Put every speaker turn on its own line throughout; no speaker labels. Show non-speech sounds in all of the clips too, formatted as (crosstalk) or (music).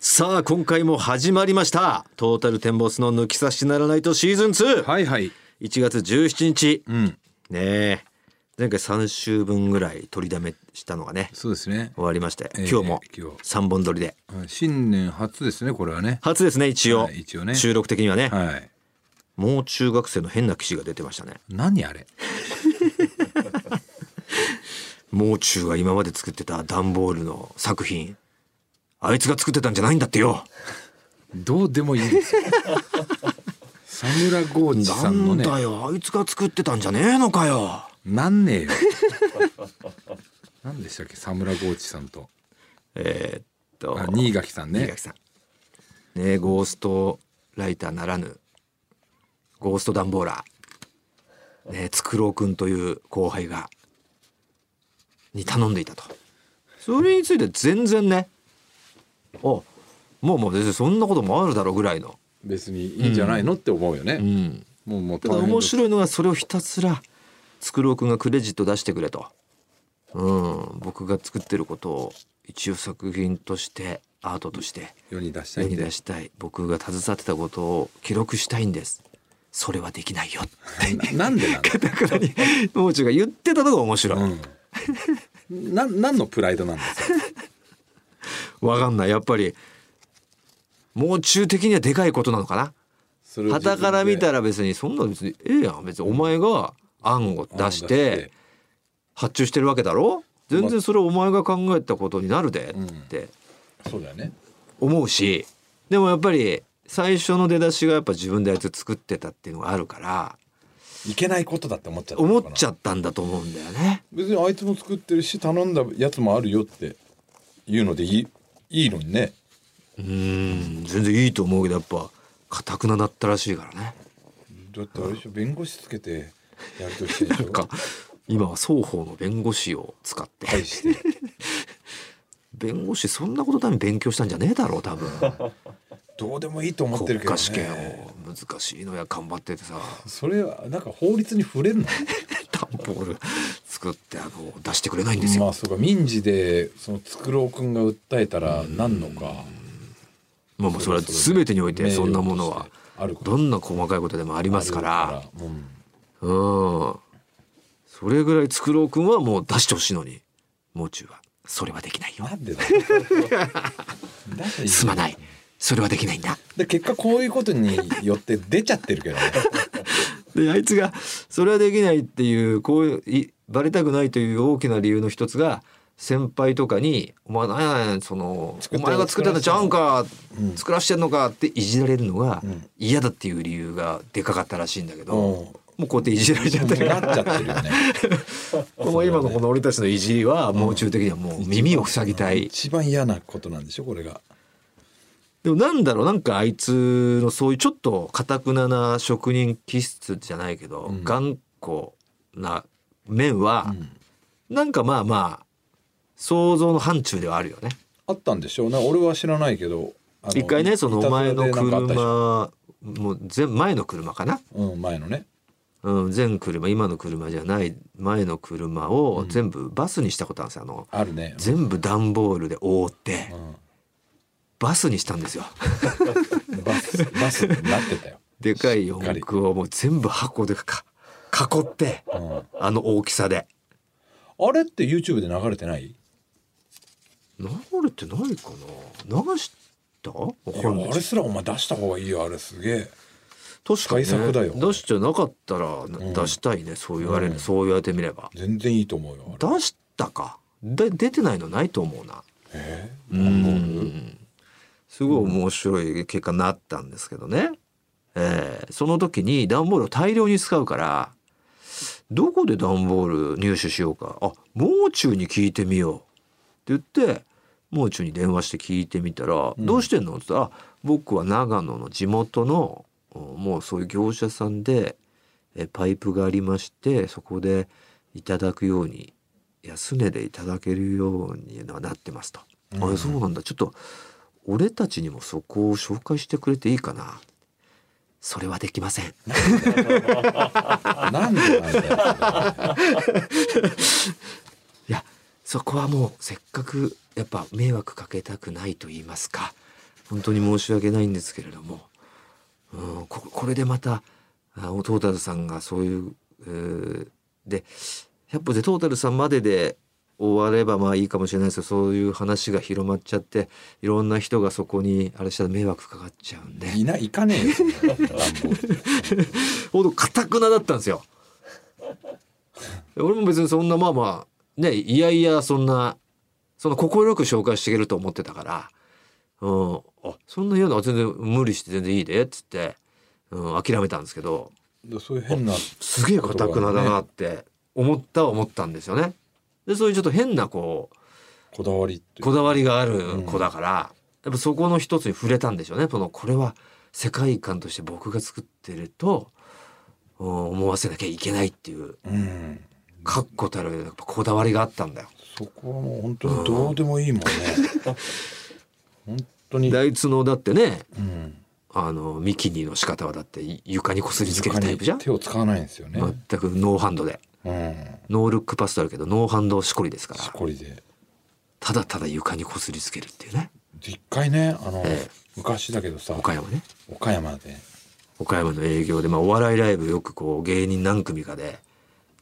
さあ今回も始まりましたトータルテンボスの抜き差しならないとシーズン2、
はいはい。
1月17日、
うん。
ねえ前回3週分ぐらい取りだめしたのがね
そうですね。
終わりまして、
ええ
今日も
今日
3本撮りで
うん新年初ですね、これはね。
初ですね一応,、
はい一応ね
収録的にはね、
はい。
もう中学生の変な騎士が出てましたね
何あれ。
もう中が今まで作ってた段ボールの作品あいつが作ってたんじゃないんだってよ
どうでもいい
(laughs)
ですよ。サムラゴーチ
な
さんの
ん
ね。
だよあいつが作ってたんじゃねえのかよ
なんねえよ。何でしたっけ、サムラゴーチさんと。
えーっと
あ、新垣さん
新
ね
垣。さんねゴーストライターならぬゴーストダンボーラーねつくろうくんという後輩がに頼んでいたとそれについて全然ねおもうもう別にそんなこともあるだろうぐらいの
別にいいんじゃないのって思うよね。
うん
もう、もう
た
大
だ
変だ。
面白いのがそれをひたすらつくろうくんがクレジット出してくれと、うん、僕が作ってることを一応作品としてアートとして
世に出した
世
いん
に
で
出。したい僕が携わってたことを記録したいんですそれはできないよって
ななんで
(laughs)
なんだ。
だからにもう中が言ってたのが面白い、
うん。な、何のプライドなんですか。
わかんないやっぱりもう中的にはでかいことなのかな
それを自分
傍
で
から見たら別にそんなの別にええやん別にお前が案を出し
案を出
て発注してるわけだろ全然それお前が考えたことになるでって
そうだよね。
思うしでもやっぱり最初の出だしがやっぱ自分であいつ作ってたっていうのがあるから
いけないことだって思っちゃったのかな
思っちゃったんだと思うんだよね。
別にあいつも作ってるし頼んだやつもあるよっていうのでいいいいのにね
うーん全然いいと思うけどやっぱ固くなだったらしいからね
だってあれでしょ弁護士つけてやるとしてでし
なんか
ょ
今は双方の弁護士を使って、
返して
弁護士そんなことために勉強したんじゃねえだろう
(laughs)
多分
どうでもいいと思って
国
るけど
家試験
ね
を難しいのや頑張っててさ (laughs)
それはなんか法律に触れるの
段ボール作ってあの出してくれないんですよ、
まあそうか民事でそのつくろうくんが訴えたらなんのか
まあ、まあそれは全てにおいてそんなものは
あること
どんな細かいことでもありますから
あるからうん
うんそれぐらいつくろうくんはもう出してほしいのにもう中はそれはできないよ
な
(laughs)
んでだだって
すまないそれはできないんだ
で結果こういうことによって出ちゃって
(laughs)
るけどね
であいつがそれはできないっていうこういういバレたくないという大きな理由の一つが先輩とかに「お前何やねんその
作
お
って
前が作ったのちゃうんか
うん
作らしてんのか」っていじられるのが
うん
嫌だっていう理由がでかかったらしいんだけど、も
うん
うこうやっていじられちゃってる
なっちゃってるよね。
(laughs) もう今のこの俺たちのいじりはもう中的にはもう耳を塞ぎたい
一番嫌なことなんでしょこれが。
でもなんだろうなんかあいつのそういうちょっとかたくなな職人気質じゃないけど、
うん
頑固な面は、
うん
なんかまあまあ想像の範疇ではあるよね。
あったんでしょうね。俺は知らないけど。あ
一回ねそのお前の。
いたずらでなんかあっ
車もう前前の車かな、
たでしょうん前のね。
うん、前車今の車じゃない前の車を全部バスにしたことあるんですよ、あの
あるね。
全部段ボールで覆って
う
バスにしたんですよ。
んバスバスになってたよ。
でかい
しっか
四
り
駆をもう全部箱でか囲って
うん
あの大きさで。
あれって YouTube で流れてない？
流れてないかな流したわ
い
か
や
んない
あれすらお前出した方がいいよあれすげえ。
確かに、ね、
対策だよ
出してなかったらな、
うん
出したいねそう言われる、
うん
そう言われてみれば
全然いいと思うよ。あれ
出したかで出てないのないと思うな
え
う
ー
んすごい面白い結果になったんですけどね、えーその時に段ボールを大量に使うからどこで段ボール入手しようかあもう中に聞いてみようって言ってもう中に電話して聞いてみたら「
うん
どうしてんの?」って言ったらあ「僕は長野の地元のうんもうそういう業者さんでえパイプがありましてそこでいただくように安値でいただけるようになってますと。あれそうなんだちょっと俺たちにもそこを紹介してくれていいかなそれはできません
なんでなんだよ。
いやそこはもうせっかくやっぱ迷惑かけたくないと言いますか本当に申し訳ないんですけれども、うん、ここれでまたあおトータルさんがそういう、えーで100歩でトータルさんまでで終わればまあいいかもしれないですけどそういう話が広まっちゃっていろんな人がそこにあれしたら迷惑かかっちゃうんで
いないかねえよそんな乱暴
ほんとかたくなだったんですよ。俺も別にそんなまあまあねいやいやそんなその快く紹介していけると思ってたから「うん、あそんな嫌な全然無理して全然いいで」っつって、うん、諦めたんですけど
でそういう変な
すげえかたくなだなって思ったは思ったんですよね。でそういうちょっと変なこう
こだわりっていう
こだわりがある子だから、やっぱそこの一つに触れたんでしょうねそのこれは世界観として僕が作ってるとうん思わせなきゃいけないっていう
うん
確固たるやっぱこだわりがあったんだよ。
そこはもう本当にどうでもいいもん
(laughs)
ね本当に
大津のだってね
うん
あのミキニの仕方はだってい床にこすりつけるタイプじゃん、
手を使わないんですよね
全くノーハンドで
うん
ノールックパスとあるけどノーハンドしこりですか
し
ら
こりで
ただただ床にこすりつけるっていうね
で一回ねあの、
ええ
昔だけどさ
岡山ね
岡山で
岡山の営業で、まあ、お笑いライブよくこう芸人何組かで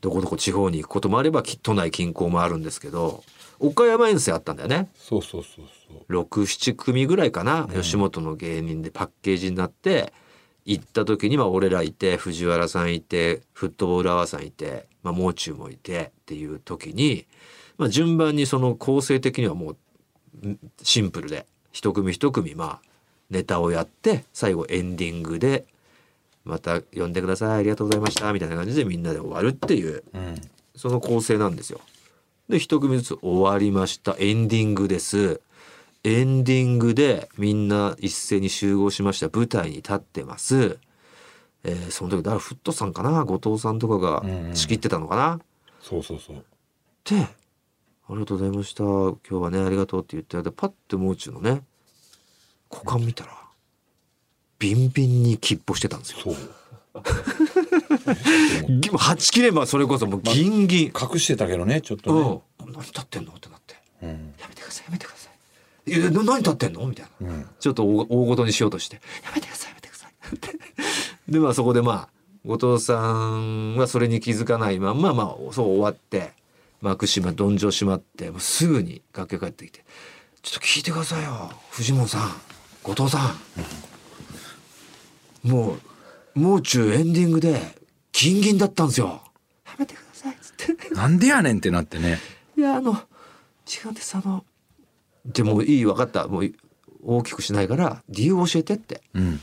どこどこ地方に行くこともあればき都内近郊もあるんですけど岡山遠征あったんだよね
そうそうそうそう
67組ぐらいかな、吉本の芸人でパッケージになって行った時にまあ俺らいて藤原さんいてフットボールアワーさんいて、まあ、もう中もいてっていう時に、まあ、順番にその構成的にはもうんシンプルで一組一組まあネタをやって最後エンディングで「また呼んでくださいありがとうございました」みたいな感じでみんなで終わるっていう
うん
その構成なんですよ。で一組ずつ終わりましたエンディングです。エンディングでみんな一斉に集合しました舞台に立ってます。えーその時誰フットさんかな後藤さんとか
うんうん
が仕切ってたのかな、
そうそうそう
で「ありがとうございました今日はねありがとう」って言ってでパッてもう中のね股間見たらビンビンにきっぽしてたんですよ。 (laughs)
そう
ぎもうはち切ればそれこそもうギンギン。
隠してたけどねちょっ
うん、
と
何立ってんのってなって。
ねうん
やめてくださいやめてください。いやな何立ってんのみたいな。
うん
ちょっと大大ごとにしようとして「やめてくださいやめてください」ってで (laughs) まあそこでまあ後藤さんはそれに気づかないまんままあそう終わって幕島どんじょ閉まってもうすぐに楽屋帰ってきて「ちょっと聞いてくださいよ藤本さん後藤さんもうもう中エンディングでギンギンだったんですよ」「やめてください」っつって。
なんでやねんってなってね
いやあの違うんですあのでもいい分かったもうい大きくしないから理由を教えてって
うん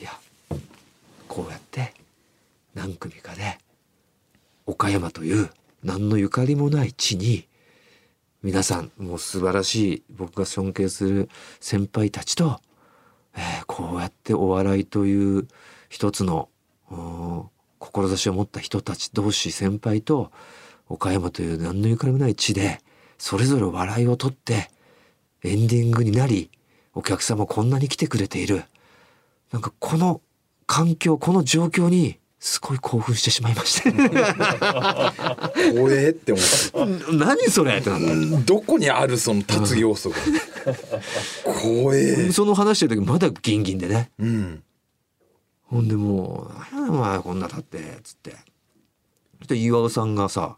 いやこうやって何組かで岡山という何のゆかりもない地に皆さんもう素晴らしい僕が尊敬する先輩たちと、えーこうやってお笑いという一つのうん志を持った人たち同士先輩と岡山という何のゆかりもない地でそれぞれ笑いを取ってエンディングになりお客様もこんなに来てくれている。なんかこの環境この状況にすごい興奮してしまいまして
怖えって思っ
(laughs)
た
何それってなっ
どこにあるその立つ要素が怖え
てその話してる時まだギンギンでね
うん
ほんでもう「何やお前こんな立って」っつってそして岩尾さんがさ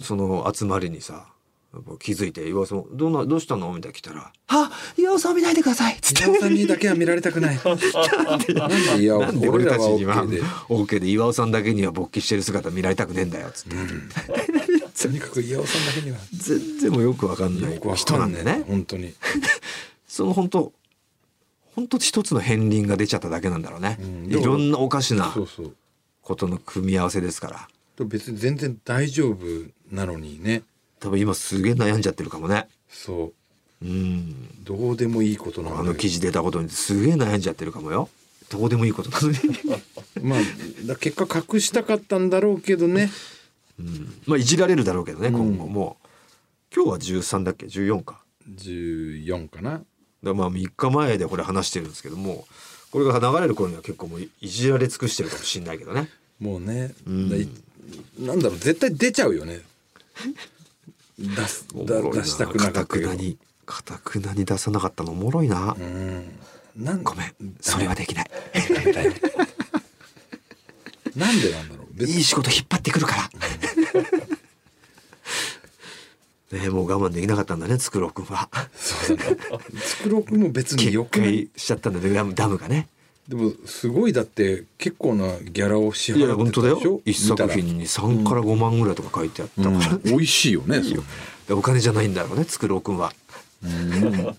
その集まりにさやっぱ気づいて岩尾さん「どんなどうしたの?」みたいに来たら「あ岩尾さん見ないでください」っつって
宮尾さんにだけは見られたく (laughs) ない。なんでいや
なん (laughs) で俺たちには
俺らは
OK で岩尾さんだけには勃起してる姿見られたくねえんだよっつって
OK でとにかく宮尾さんだけには
全然もうよくわかんない人なんでね
本当に。
その本当本当一つの片鱗が出ちゃっただけなんだろうね、
うん
いろんなおかしな
そうそう。
ことの組み合わせですから
と別に全然大丈夫なのにね。
多分今すげえ悩んじゃってるかもね
そう
うん
どうでもいいことな
あ
の
の記
に。
事出たことにすげえ悩んじゃってるかもよどうでもいいことな
(laughs)
のに
まあだ結果隠したかったんだろうけどね。
うんまあいじられるだろうけどね、
ん
今後もう今日は13だっけ14か
十四かな。
だからまあ3日前でこれ話してるんですけどもこれが流れる頃には結構もういいじられ尽くしてるかもしんないけどね
もうね。
ん
だいなんだろう絶対出ちゃうよね。出す
おも
だ
ろい
出したくなかったけど。
なにかたくなに出さなかったのおもろいな
うーんなん
ごめんそれはでき (laughs) ない
なんでなんだろう別
いい仕事引っ張ってくるから。 (laughs) ねもう我慢できなかったんだね、つくろくんは。
そう
(laughs)
だなつくろくも別に
決
余計
壊しちゃったんだね、ダムダムがね。
でもすごいだって結構なギャラを支
いや、
払っ
本
て
当
た
だ
でし
よ
ょ。
一作品に三から五万ぐらいとか書いてあったから。
うん美味しいよねそう
でお金じゃないんだろうね、つくろくんは。
うん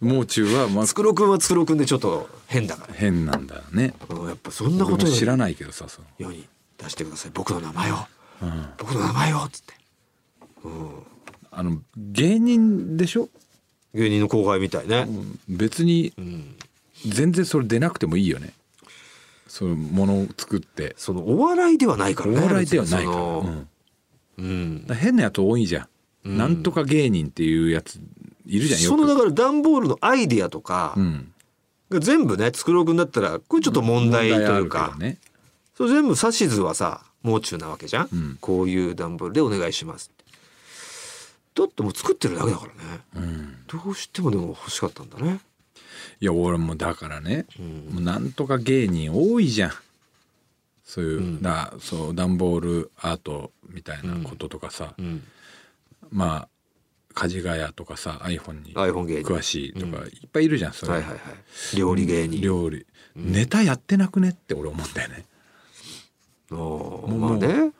もう中はまあ
つくろくんはつくろくんでちょっと変だから。
変なんだね
うんやっぱそんな
僕
こと
も
より
知らないけどさその
世に出してください。僕の名前を。
うん
僕の名前をっつって。
あの芸人でしょ
芸人の後輩みたいね。
別に
うん。
全然それ出なくてもいいよねそのものを作って
そのお笑いではないか
お
らね。
笑いではない
別に
から,、
その
うん、だ
うん。
から変なやつ多いじゃん、
うん
なんとか芸人っていうやついるじゃんよ
そ
く
のだから段ボールのアイディアとか
うん、
が全部ね作ろうくんだったらこれちょっと問題という
問題あ
か
るけどね
それ全部指図はさもう中なわけじゃん、
うん
こういう段ボールでお願いしますってだってもう作ってるだけだからね
うん、
どうしてもでも欲しかったんだね、
いや俺もだからね
う
も
ん
うなんとか芸人多いじゃんそういう、
うん
だそう段ボールアートみたいなこととかさ、
うん、
まあ梶ヶ谷とかさ iPhone に
iPhone 芸人
詳
は
しいとか
うん
いっぱいいるじゃんそ
い
れ、
はいはい料理芸人
料理、ネタやってなくねって俺思うんだよね
おー
も
まあ
う
ね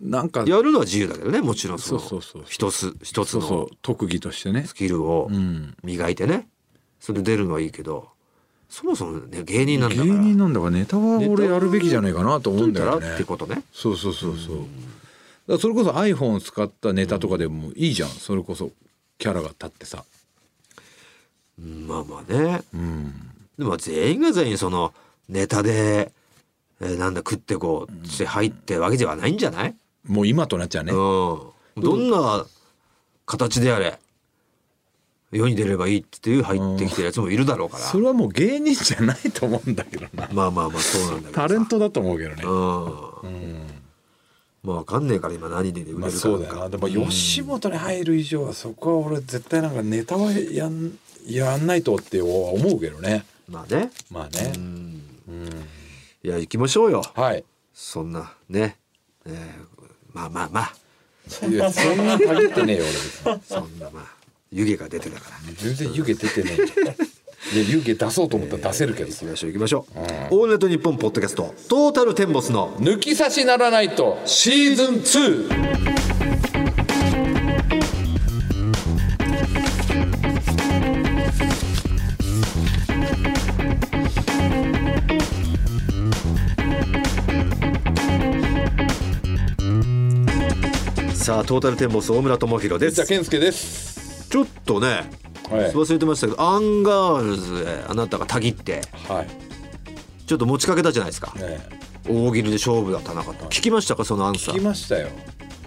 なんか
やるのは自由だけどねもちろんそ
そう
の
そうそう
一つ一つ
そうそ
の
う特技としてね
スキルを
うん
磨いてねそれで出るのはいいけどそもそもね芸人
芸
なんだから
人なんだからネタは俺やるべきじゃないかなと思うんだよ
撮っといた
ね
らってことね
そうそうそうそうだからそれこそ iPhone を使ったネタとかでもいいじゃんそれこそキャラが立ってさ
うんまあまあね
うん
でも全員が全員そのネタで、えーなんだ食ってこうして入ってわけではないんじゃない、
もう今となっちゃう
う
ね
ん、どんな形であれ世に出ればいいっていう入ってきてるやつもいるだろうから、
それはもう芸人じゃないと思うんだけどな
まあまあまあそうなんだけどさ
タレントだと思うけどね
うん
うん
まあわかんねえから今何で売れるか
まあ、そうだよなでも吉本に入る以上はそこは俺絶対なんかネタはやんやんないとって思うけどね
まあね
まあね
う、ん
うん
いや行きましょうよ
はい
そんなね、えーまあまあまあ
いやそんな限ってねえよ俺
そんなまあ湯気が出てたから
全然湯気出てねえいや湯気出そうと思ったら出せるけど
行き
さ、
ましょう行きましょう、オールナイトニッポンポッドキャストトータルテンボスの
抜き差しならないとシーズン2
さあトータルテンボス大村智弘で
じゃ
す
健介です
ちょっとね、
はい
忘れてましたけどアンガールズへあなたがたぎって
はい、
ちょっと持ちかけたじゃないですか、
ね
大喜利で勝負だ田中と聞きましたかそのアン
え、
サ
聞き
ー
ましたよ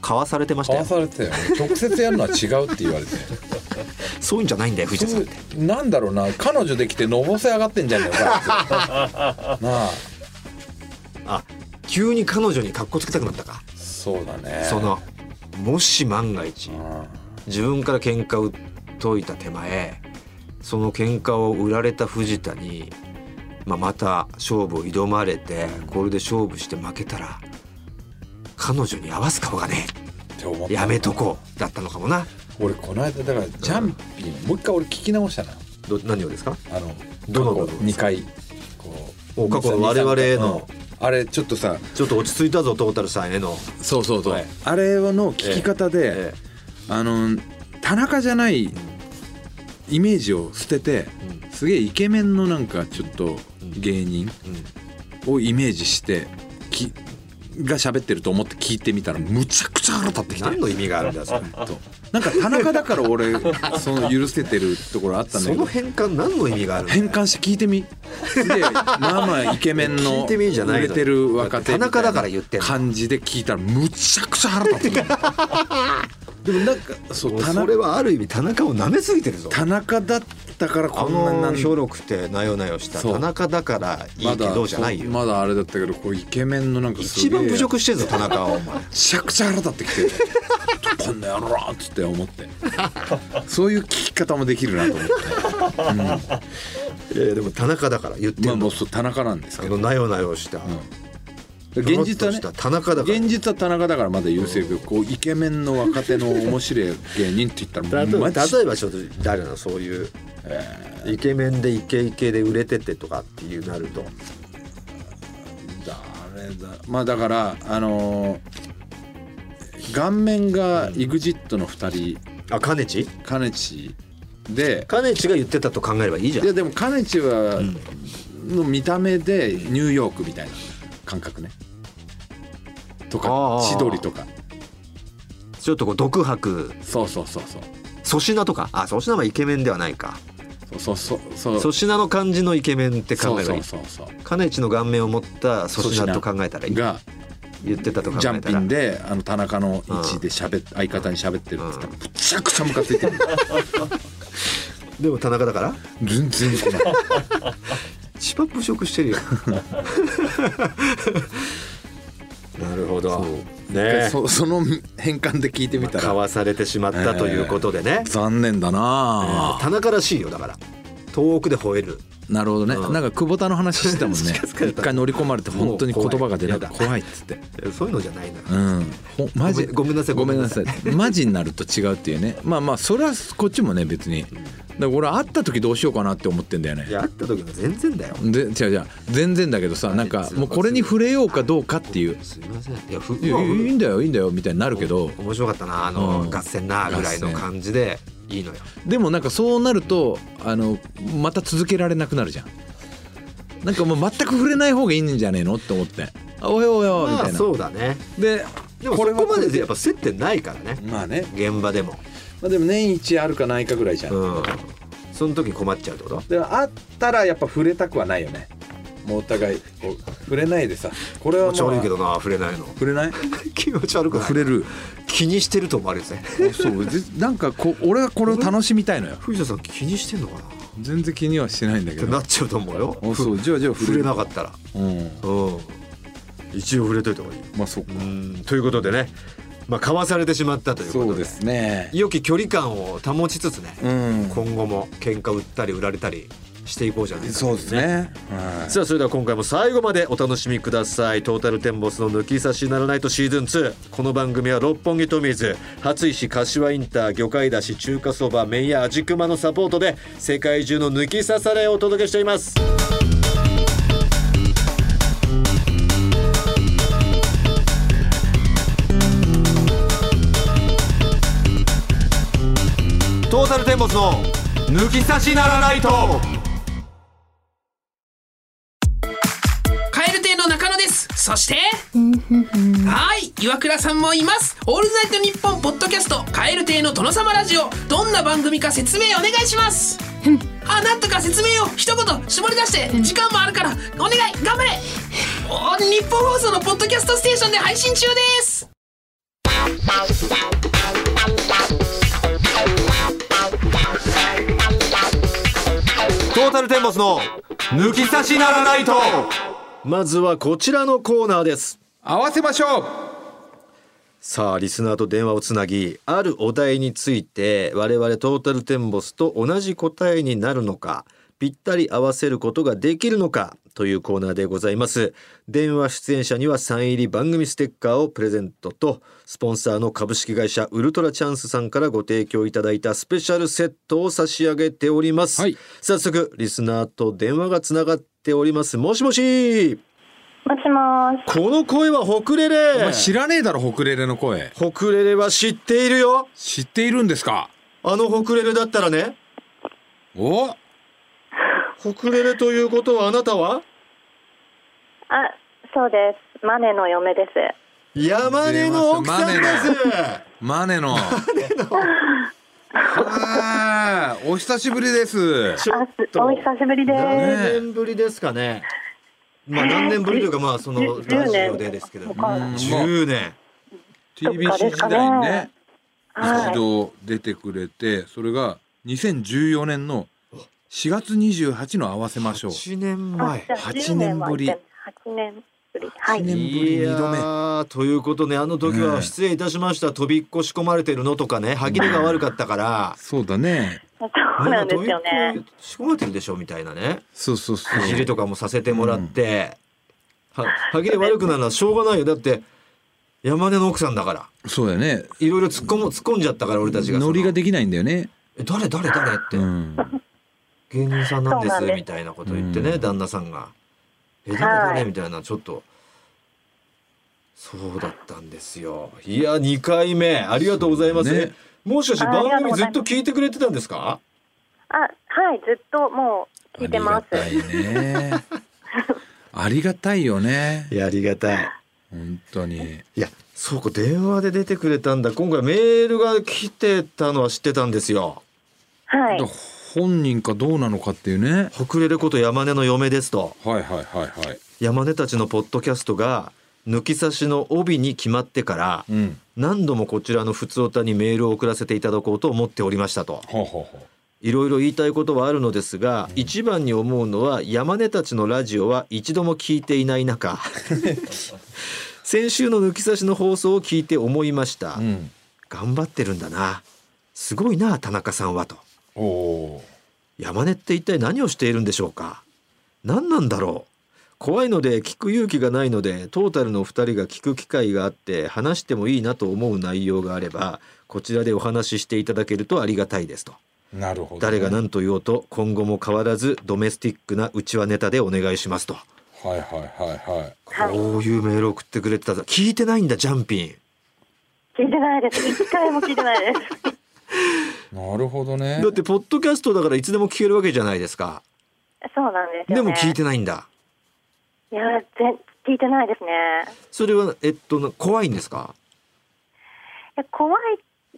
かわされてました
買わ
よ
されてたよ直接やるのは違うって言われ
(laughs)
て
そういうんじゃないんだよ藤田さんって
なんだろうな彼女できてのぼせ上がってんじゃねえか
(laughs)
あいつなあ
あ急に彼女に格好つけたくなったか、
そうだね
そのもし万が一、
うん
自分から喧嘩を解いた手前その喧嘩を売られた藤田に、まあ、また勝負を挑まれてこれで勝負して負けたら彼女に合わす顔がね
って思った
やめとこうだったのかもな
俺この間だからジャンピン、もう一回俺聞き直したな
ど何をですか
あの
どの
過去2回こ
お
う
過去の我々への
うんあれちょっとさ
ちょっと落ち着いたぞトータルさんへの
そうそう
そう
あれの聞き方で、
え
あの田中じゃないイメージを捨てて
えうん
すげえイケメンのなんかちょっと芸人
うん
をイメージしてきが喋ってると思って聞いてみたらむちゃくちゃ腹立ってきて
何の意味があるんだよ (laughs) それ
となんか田中だか
(laughs)
ら俺その許せてるところあったんだ
そ
け
の
ど
変換何の意味があるんだよ
変換して聞いてみすげえまあまあイケメン
聞
の
いてみじゃないの
売れてる若手
田中だから言ってんの
感じで聞いたらむちゃくちゃ腹立ってきた (laughs) でもなんかそう
もう
田
それ
中
はある意味田中を舐めすぎてるぞ
田中だったから
あ
こんなに
の
なん
小六ってなよなよした
そう
田中だからいいけどじゃないよ、
まだあれだったけどこうイケメンのなんかすげえ
一番侮辱してるぞ田 (laughs) 中はお前
めちゃく (laughs) ちゃ腹立ってきてるこんな野郎っつって思ってそういう聞き方もできるなと思って、
いや (laughs) でも田中だから言って
ま
る
あも
の
うそう田中なんです
あ
けど
のなよなよした、
現実はね
とろっとした田中だから
現実は田中だからまだ優勢けどこうイケメンの若手の面白い芸人って言ったら
例えば
マジ
例えばちょっと誰なのそういうイケメンでイケイケで売れててとかっていうなると
誰だまあだからあのー顔面が EXIT の2人
あかねち
かねちで
かねちが言ってたと考えればいいじゃ
い
ん
やでもかねちはの見た目でニューヨークみたいな感覚ねと
あ
か
あ
千鳥とか
ちょっとこう独白
そうそうそうそう
粗品とかあ粗品はイケメンではないか
そうそうそうそ
粗
う
品の感じのイケメンって考
そう
えれば
そ
いうい
そうそう
かねちの顔面を持った粗品と考えたらいい
が
言ってたと考え
ジ
た
ャ
ら
ンピンであの田中の位置で喋っ相方に喋ってるって言ったらむちゃくちゃムカついてる
でも田中だから
全然来ない
一番侮辱してるよ (laughs) なるほどねえ
(laughs) そその変換で聞いてみた
か
ら
わされてしまったということでね、
残念だなあ、
田中らしいよだから遠くで吠える
なるほどね、
うん
なんか久保田の話してたもんね
近づかれた
一回乗り込まれて本当に言葉が出なくて
もう
怖いっつって
えそういうのじゃないな、
うんほマジ
ごめんごめんなさい
ごめんなさいマジになると違うっていうねまあまあそれはこっちもね別にだから俺会った時どうしようかなって思ってんだよね
いや会った時の全然だよ
で違う違う全然だけどさなんかもうこれに触れようかどうかっていう
すいませんいやふ
いやいい
うん
だよいいんだよみたいになるけど
面白かったなあの、
うん
合戦なぐらいの感じでいいのよ
でもなんかそうなるとあのまた続けられなくなるじゃんなんかもう全く触れない方がいいんじゃねえのって思って「あおよおよ」み
ま
た
あ
いな
そうだね
で
でもそこまでやっぱ接点ないからね
まあね、
現場でも
まあ、でも年一あるかないかぐらいじゃん、
うんその時困っちゃうってこと
でもあったらやっぱ触れたくはないよねもうお互いこう触れないでさこれ
気
は
持ち
もう
悪いけどな触れないの
触れない
(laughs) 気持ち悪くない
触れる
気にしてると思われるぜ
(laughs) そうぜなんかこう俺はこれを楽しみたいのよ
藤田さん気にしてんのかなっ
全然気にはしてないんだけ
て
ど
なっちゃうと思うよ
あそうじゃあじゃあ触
触
れ
れ
る
なかったら
うん
うん一応触れといた方がいい
まあそっか
うんということでねまあかわされてしまったということで
そうですね
良き距離感を保ちつつね、
うん
今後も喧嘩売ったり売られたりしていこうじゃないかと
そうですねはい
さあそれでは今回も最後までお楽しみくださいトータルテンボスの抜き差しならないとシーズン2この番組は六本木トミーズ初石柏インター魚介だし中華そば麺屋味熊のサポートで世界中の抜き差されをお届けしていますトータルテンボスの抜き差しならないと
カエル亭の中野ですそしてはい岩倉さんもいますオールナイトニッポンポッドキャストカエル亭の殿様ラジオどんな番組か説明お願いしますあなんとか説明を一言絞り出して時間もあるからお願い頑張れお日本放送のポッドキャストステーションで配信中です
トータルテンボスの抜き差しならないとまずはこちらのコーナーです
合わせましょう
さあリスナーと電話をつなぎあるお題について我々トータルテンボスと同じ答えになるのかぴったり合わせることができるのかというコーナーでございます電話出演者にはサイン入り番組ステッカーをプレゼントとスポンサーの株式会社ウルトラチャンスさんからご提供いただいたスペシャルセットを差し上げております、
はい
早速リスナーと電話がつながっておりますもしもし
もしもし。
この声はほくれ
お
れ
前知らねえだろホクレレの声
ほくれれは知っているよ
知っているんですか
あのホクレレだったらね、
お
ホクレレということはあなたは
あ、そうです。マネの嫁です。
山根の奥さんです。
マネのあーお久しぶりです
ちょ
あ
っ、
す
と
お久しぶりで
ね
す。
何年ぶりですかね。まあ何年ぶりというかまあその
じゅ
ラジオでですけど、
とか
うん
10年。
か
TBC
で
時
すかね
代にね
は
一
い。
度出てくれてそれが2014年の4月28の合わせましょう
8年
あ
前
じゃあ
八
10年は
年ぶり
行って八年ぶり。は
八
い。
年ぶり二度目
いやーということであの時
ね
は失礼いたしました、飛びっこ仕込まれてるのとかね歯切れが悪かったから、
そうだね
そうなんですよ
飛
ね。
びっこ仕込まれてるでしょみたいなね
そうそうそう
いじりとかもさせてもらって、は歯切れ悪くなるのはしょうがないよだって山根の奥さんだから
そうだよね
いろいろ突っ込む突っ込んじゃったから俺たちがその
ノリができないんだよね
え誰誰誰って、
うん
芸人さんなんで
そうな
す
んです
みたいなことを言ってね、
うん
旦那さんが「え誰
はい
誰?」みたいなちょっとそうだったんですよいや2回目ありがとうございます、
ね
もしかして
あありが
番
とう
組
ご
ず
ざい
っ
ます
と聞いてくれてたんですか
あ、はい、ずっともう聞いてます。
ありがたい
(laughs)
ねありがたいよね
いやありがたい
本当に
いやそうか電話で出てくれたんだ今回メールが来てたのは知ってたんですよ
はい。
本人かどうなのかっていうね
「北れること山根の嫁です」と
はいはいはいはい
山根たちのポッドキャストが抜き差しの帯に決まってから
うん
何度もこちらのふつおたにメールを送らせていただこうと思っておりましたと
ほうほうほう
いろいろ言いたいことはあるのですが、一番に思うのは山根たちのラジオは一度も聞いていない中先週の抜き差しの放送を聞いて思いました、
うん
頑張ってるんだなすごいな田中さんはと
おお
山根って一体何をしているんでしょうか何なんだろう怖いので聞く勇気がないのでトータルの2人が聞く機会があって話してもいいなと思う内容があればこちらでお話ししていただけるとありがたいですと
なるほど
誰が
はい
何と言おうと今後も変わらずドメスティックなうちわネタでお願いしますと
はいはいはい
はい。
こういうメール送ってくれてたぞ聞いてないんだジャンピン
聞いてないです。一回も聞いてないです。
なるほどね
だってポッドキャストだからいつでも聞けるわけじゃないですか
そうなんです
で
よね。
も聞いてないんだ
いや、全聞いてないですね。
それはえっとな怖いんですか
いや怖い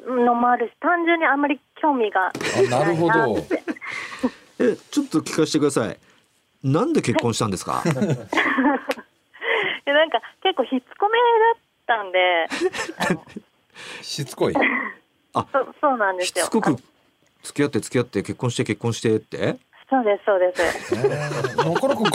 のもあるし、単純にあんまり興味が
あなるほど
えちょっと聞かせてくださいなんで結婚したんですか
でなんか結構しつこめだったん
(laughs)
であの
しつこい
そうそうなんで
し
すよ
つこ
あ
く付き合って付き合って結婚して結婚してって
そうですそ
(laughs)
うです
なかなか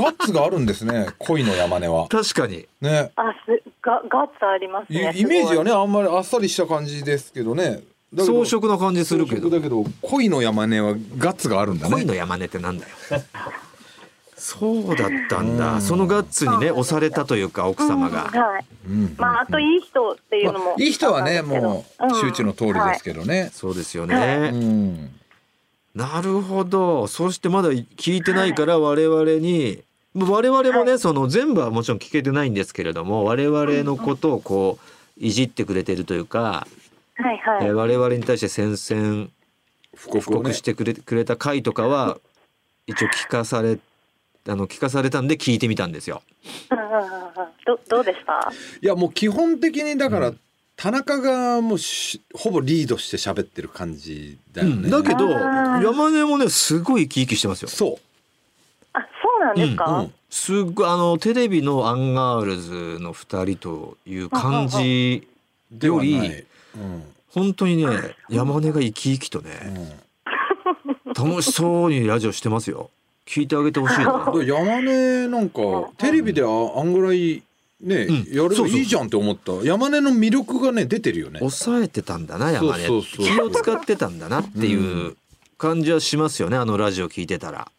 ガッツがあるんですね恋の山根は
確かに
ね
あすがガッツあります
イイ
ね
メージは
ね
ねあんまりあっさりした感じですけどねだけど
装飾な感じするけ
装飾
ど
だけど恋の山根はガッツがあるんだね
恋の山根ってなんだよそうだったんだ
うん
そのガッツにね押されたというか奥様が
はい
うん
まああといい人っていうの
ま
も
あいい人はね
あったんですけど
もう周知の通りですけどね、
そうですよ
う
ね
ん
なるほどそしてまだ聞いてないから我々にまあ我々もねその全部はもちろん聞けてないんですけれども我々のことをこういじってくれてるというか
はいはいはい
えー我々に対して宣戦
布告
布告してくれ,、くれた回とかは一応聞かされあの聞かされたんで聞いてみたんですよ。
うんうんうんうんどどうでした
いやもう基本的にだから、
う
田中がもうしほぼリードして喋ってる感じだよね、
だけど
あー
山根もねすごい生き生きしてますよ。
そ
あそうなんですか、
う、うん、
すっごいあのテレビのアンガールズの2人という感じ
で
よ
はない
り
うん
本当にね山根が生き生きとね
うん
楽しそうにラジオしてますよ。聞いてあげてほしいな。
で山根なんかテレビでああんぐらいね、
んそ
やれば
うそう
いいじゃんって思った山根の魅力がね出てるよね
抑えてたんだな山根
そうそうそう
気を使ってたんだなっていう感じはしますよねあのラジオ聞いてたら。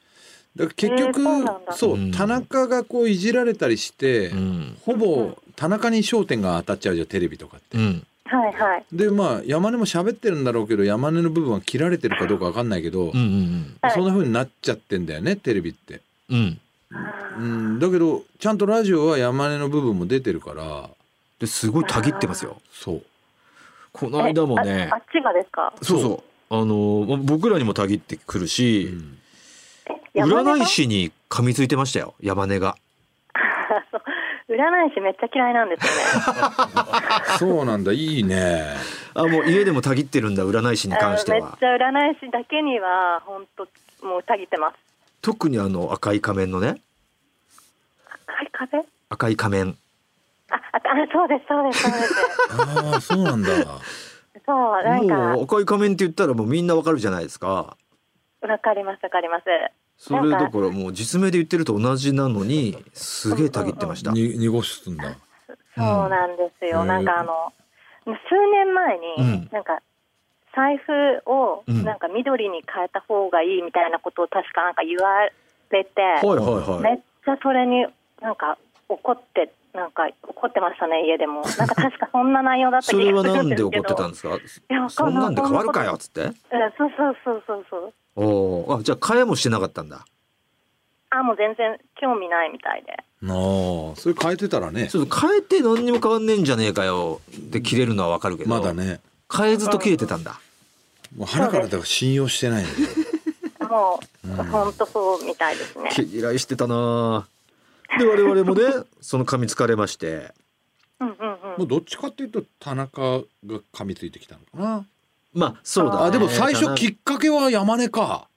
だから結局、
えーそうなんだ
そう
うん
田中がこういじられたりして、
うん
ほぼ田中に焦点が当たっちゃうじゃんテレビとかって。
うん
はいはい
でまあ山根も喋ってるんだろうけど山根の部分は切られてるかどうかわかんないけど、
うんうん
はい
そんな風になっちゃってんだよねテレビって。
うんうん。
うん、だけどちゃんとラジオは山根の部分も出てるから
ですごいたぎってますよ。
そう
この間もね
えああっちがですか
そうそうあのま僕らにもたぎってくる
う
し、
ん
山根
占い
が
師に噛みついてましたよ山根が。
占い師めっちゃ嫌いなんですよ
(laughs)
ね
そうなんだいいね。
あもう家でもたぎってるんだ占い師に
あの
関
めっ
し
ち
ては。
ゃ占い師だけには本当もうたぎってます
特にあの赤い仮面のね
赤い壁
赤い仮面
あ、あ、あそうです、そうです、そうです。
(laughs)
(laughs)
ああそうなんだ。
そう、なんか、
もう
わ
赤い仮面って言ったらもうみんなわかるじゃないですか。
わかりますわかります。
それだからもう実名で言ってると同じなのにすげえたぎってました。
(laughs) に濁すんだ
そうなんですよ。
うん
なんかあの数年前
うん
になんか財布を
うん
なんか緑に変えた方がいいみたいなことを確かなんか言われて、
はいはいは
め
い
っちゃそれになんか怒ってなんか怒ってましたね家でも。なんか確かそんな内容だった気
そ
がす
れ
る
はなん
んですけ
で
ど。
怒ってたんです
(laughs)
か
いやわか
そん
んない
なんで変わるかよっつって
うんそうそうそうそうそう。
おーあじゃあ変えもしてなかったんだ
あもう全然興味ないみたいで。
なあそれ変えてたらね
ちょっと変えて何にも変わんねえんじゃねえかよって切れるのはわかるけど
まだね
変えずっと切れてたん
(laughs)
だ
もう腹からだから信用してないのよ
もう
うん
本当そうみたいですね。
毛嫌いしてたなあで我々もねその髪疲れまして
うんうんう。
(laughs) もうんどっちかっていうと田中が噛みついてきたのかな
まあそうだね
あでも最
田
初
中
きっかけは山根か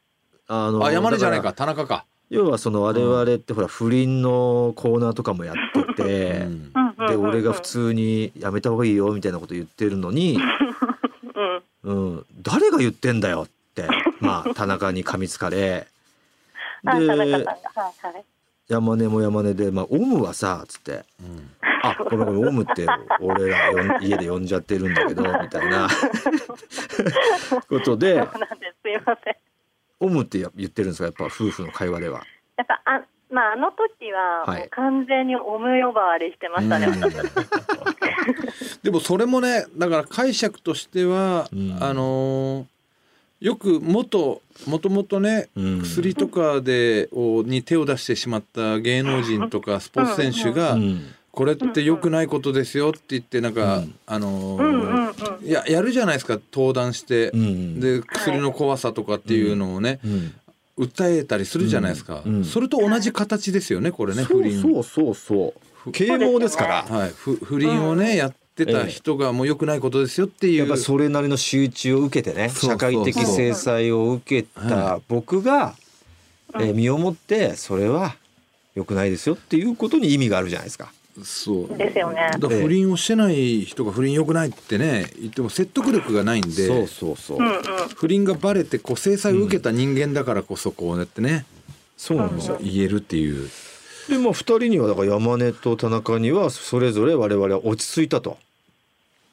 あの
あ山根じゃない
だ
か田中から
要はその我々ってほら不倫のコーナーとかもやって
う
て、
ん
うんうんうん
で俺が普。通にやめた方がいいよみたいなこと言ってるのに
うん。
うん、誰が言ってんだよって、まあ、田中に噛みつかれ。
(laughs) あ、田中さん
で
が、はいはい。
山根も山根で「まあ、オムはさ」っつって
うん
「あこれこれオムって俺らよん家で呼んじゃってるんだ
(laughs)
けど」みたいなことで
そうなんです。すいません。
「オム」ってや言ってるんですかやっぱ夫婦の会話では。
やっぱ、あ、まあ、あの時は、
はい
もう完全にオム呼ばわりしてましたね。
うんでもそれもねだから解釈としては、
うん
あのーよく元もともとね
うん、
薬とかでをに手を出してしまった芸能人とかスポーツ選手
う
が
ん
「これって良くないことですよ」って言ってなんか、
うん
あの
うんうんうん。
ーいややるじゃないですか登壇して
う、ん、
で薬の怖さとかっていうのをね、
うん、
訴えたりするじゃないですか、
うんうん
それと同じ形ですよねこれね
そ
不
う
倫
そうそうそう啓蒙ですから
はい、ふ不倫をね、やってた人がもう良くないことですよっていう、
やっぱそれなりの仕打ちを受けてね
そうそ
社
う
会的制裁を受けた僕が、
うん
えー身をもってそれは良くないですよっていうことに意味があるじゃないですか。
そう
うん。ですよね。
だから不倫をしてない人が不倫良くないってね言っても説得力がないんで
そうそうそう、
うんうん。
不倫がバレてこう制裁を受けた人間だからこそこうやってね、
そうなんですよ。
言えるっていう
でまあ2人にはだから山根と田中にはそれぞれ我々は落ち着いたと、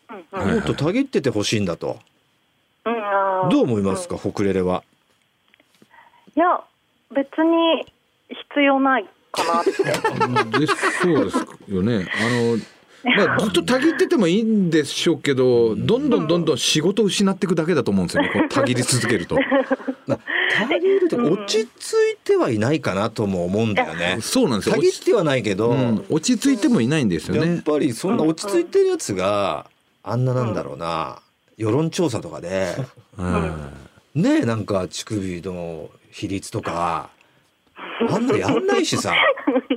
うん
はいはい
もっとたぎっててほしいんだと
うん。うんあー
どう思いますか、北レレは。
いや、別に必要ないかなって。
でそうですよね (laughs) あの、まあ、ずっとたぎっててもいいんでしょうけどどんどんどんどん仕事を失っていくだけだと思うんですよねこうたぎり続けると
まあ、たぎると落ち着いてはいないかなとも思うんだよね。
そうなんですよ
たぎってはないけど、
うん、落ち着いてもいないんですよ
や
ね
っぱりそんな落ち着いてるやつがあんななんだろうな世論調査とかで
(laughs) うん
ねえなんか乳首の比率と
(laughs)
かあんなやんないしさ、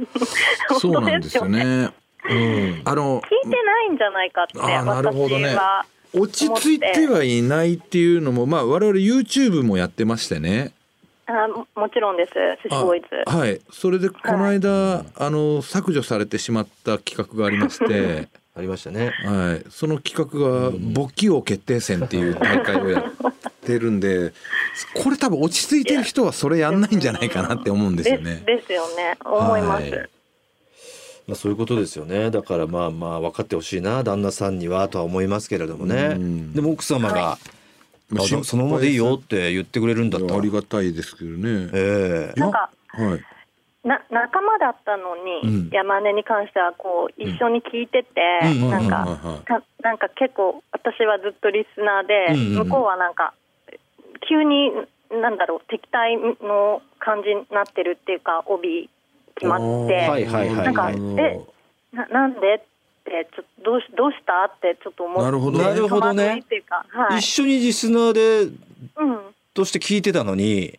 (laughs)
そうなんですよね。
うん、
あの
聞いてないんじゃないかって、
あーなるほどね
私は。
落ち着いてはいないっていうのもまあ我々 YouTube もやってましてね。
あももちろんです。寿司
あ
ボーイズ。
はい。それでこの間、あの削除されてしまった企画がありま
(laughs)
して、
ありましたね。
はい。その企画が簿記王決定戦っていう大会をやってるんで、これ多分落ち着いてる人はそれやんないんじゃないかなって思うんですよね。
ですよね。思いま
はい
す。
まあそういうことですよね。だからまあまあ分かってほしいな旦那さんにはとは思いますけれどもね
う。ん
でも奥様が、
まあ
あそのままでいいよって言ってくれるんだった
あ
ら
り、がたいですけどね。
ええ
なんか。
はい。
な仲間だったのに、
うん
山根に関してはこう一緒に聞いてて、
うんうん
なんか、
はいはいはい
たなんか結構私はずっとリスナーで、
うんうんうん
向こうはなんか急になんだろう敵対の感じになってるっていうか帯決まって、
あー
はいはいはい
なんかえななんでってちょっとどうしどうしたってちょっと思って
なるほど
なるほどね
戸惑いっていうかはい
一、緒にリスナーで
うん、
として聞いてたのに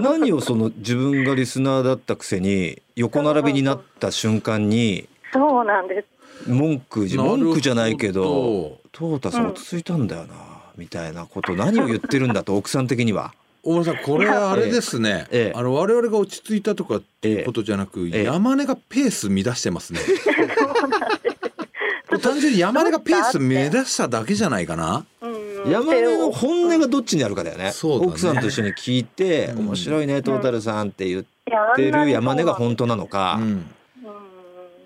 何をその自分がリスナーだったくせに横並びになった瞬間に
そうなんです
文句じ文句じゃないけど「トータさん
うん
落ち着いたんだよな」みたいなこと何を言ってるんだと奥さん的には。
大村さんこれあれですね、
ええ
あの我々が落ち着いたとかって
ええ
ことじゃなく、
ええ
山根がペース乱して
(laughs)
ますね単純に山根がペース乱しただけじゃないかな
うんうんうん
山根の本音がどっちにあるかだよね
そうだね
奥さんと一緒に聞いて「
うん
面白いねトータルさん」って言っ
いやあん
て
な
る
に
山根が本当なのか、
うん
うん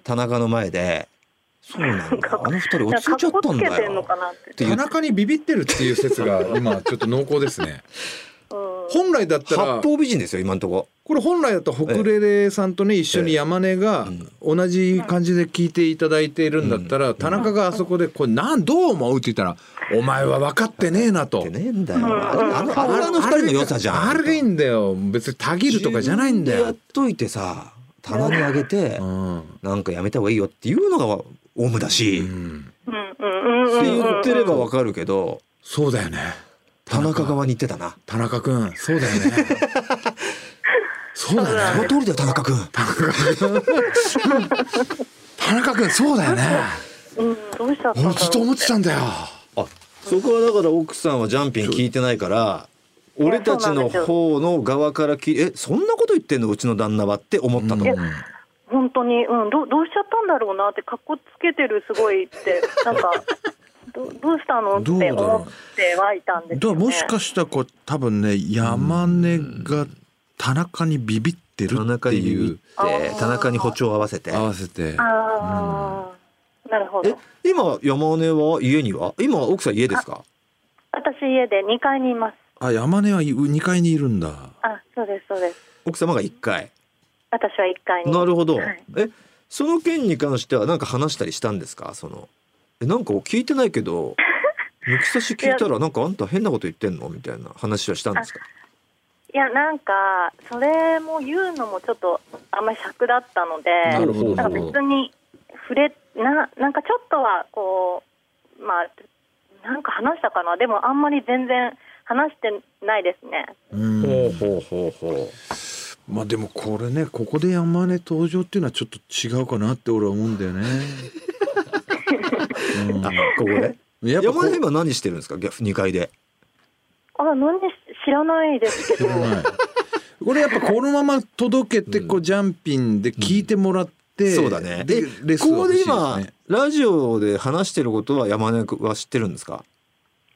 田中の前で「そうなんだあの二人落ち着いちゃったん
なんか
だ
かっこつけてんの
よ
かなって。
て
田中にビビってるっていう説が今ちょっと濃厚ですね
(laughs) うん
本来だっ」たら
八方美人ですよ今んとこ。
これ本来だと北レレさんとね一緒に山根が同じ感じで聞いていただいているんだったら田中があそこで「これなんどう思う?」って言ったら「お前は分かってねえな」と
って。ねえんだよ。
うん
あれあのあれあの二人の良さじゃん。
あれがいいんだよ別にたぎるとかじゃないん
自
だ
分
よ
でやっといてさ棚にあげて
うん
なんかやめた方がいいよっていうのがオウムだ
う
し、って
ん
うんうんうんうんうん
言ってればわかるけど
そうだよね
田中側に行ってたな。
田中君そうだよ (laughs) ねそうだよ
そ
ね
の通りだよ田中君。
田中君そうだよね
うんどうしちゃったんだ
俺ずっと
ろう
思ってたんだよ
あそこはだから奥さんはジャンピン聞いてないから。俺たちの方の側からきえそんなこと言ってんのうちの旦那はって思ったの、
うん
本当に、うん、どうどうしちゃったんだろうなって格好つけてるすごいってなんかどどうしたのって
どうだろう
思ってはいたんです
だ
よ
から
ね。
もしかしたらこう多分ね山根が田中にビビってる
田中
って
にビビっ
いう
て田中に歩調を合わせて
合わせて
ああ、なるほ
え
ど。
今山根は家には今奥さん家ですか
私家で2階にいます。
あ山根は2階にいるんだ
あ、そうですそうです。
奥様が1回
私は1階に。
なるほど、
はい
えその件に関しては何か話したりしたんですかそのえなんか聞いてないけ
(laughs)
ど抜き差し聞いたらなんかあんた変なこと言ってんのみたいな話はしたんですか
いやなんかそれも言うのもちょっとあんまり尺だったので、
なるほど
なんか別に触れななんかちょっとはこうまあなんか話したかなでもあんまり全然話してないですね。
うん
ほうほうほうほ
まあでもこれねここで山根登場っていうのはちょっと違うかなって俺は思うんだよね。
(laughs) うあここで
うん、やっぱこ
山
う
根今何してるんですか2階で
あ何し知らないですけ
知
ど。
らないこれやっぱこのまま届けてこうジャンピンで聞いてもらって、
そうだねで
でレッス
こ
ンを
こ
欲
で
しいです
今
ね。
ラジオで話してることは山根は知ってるんですか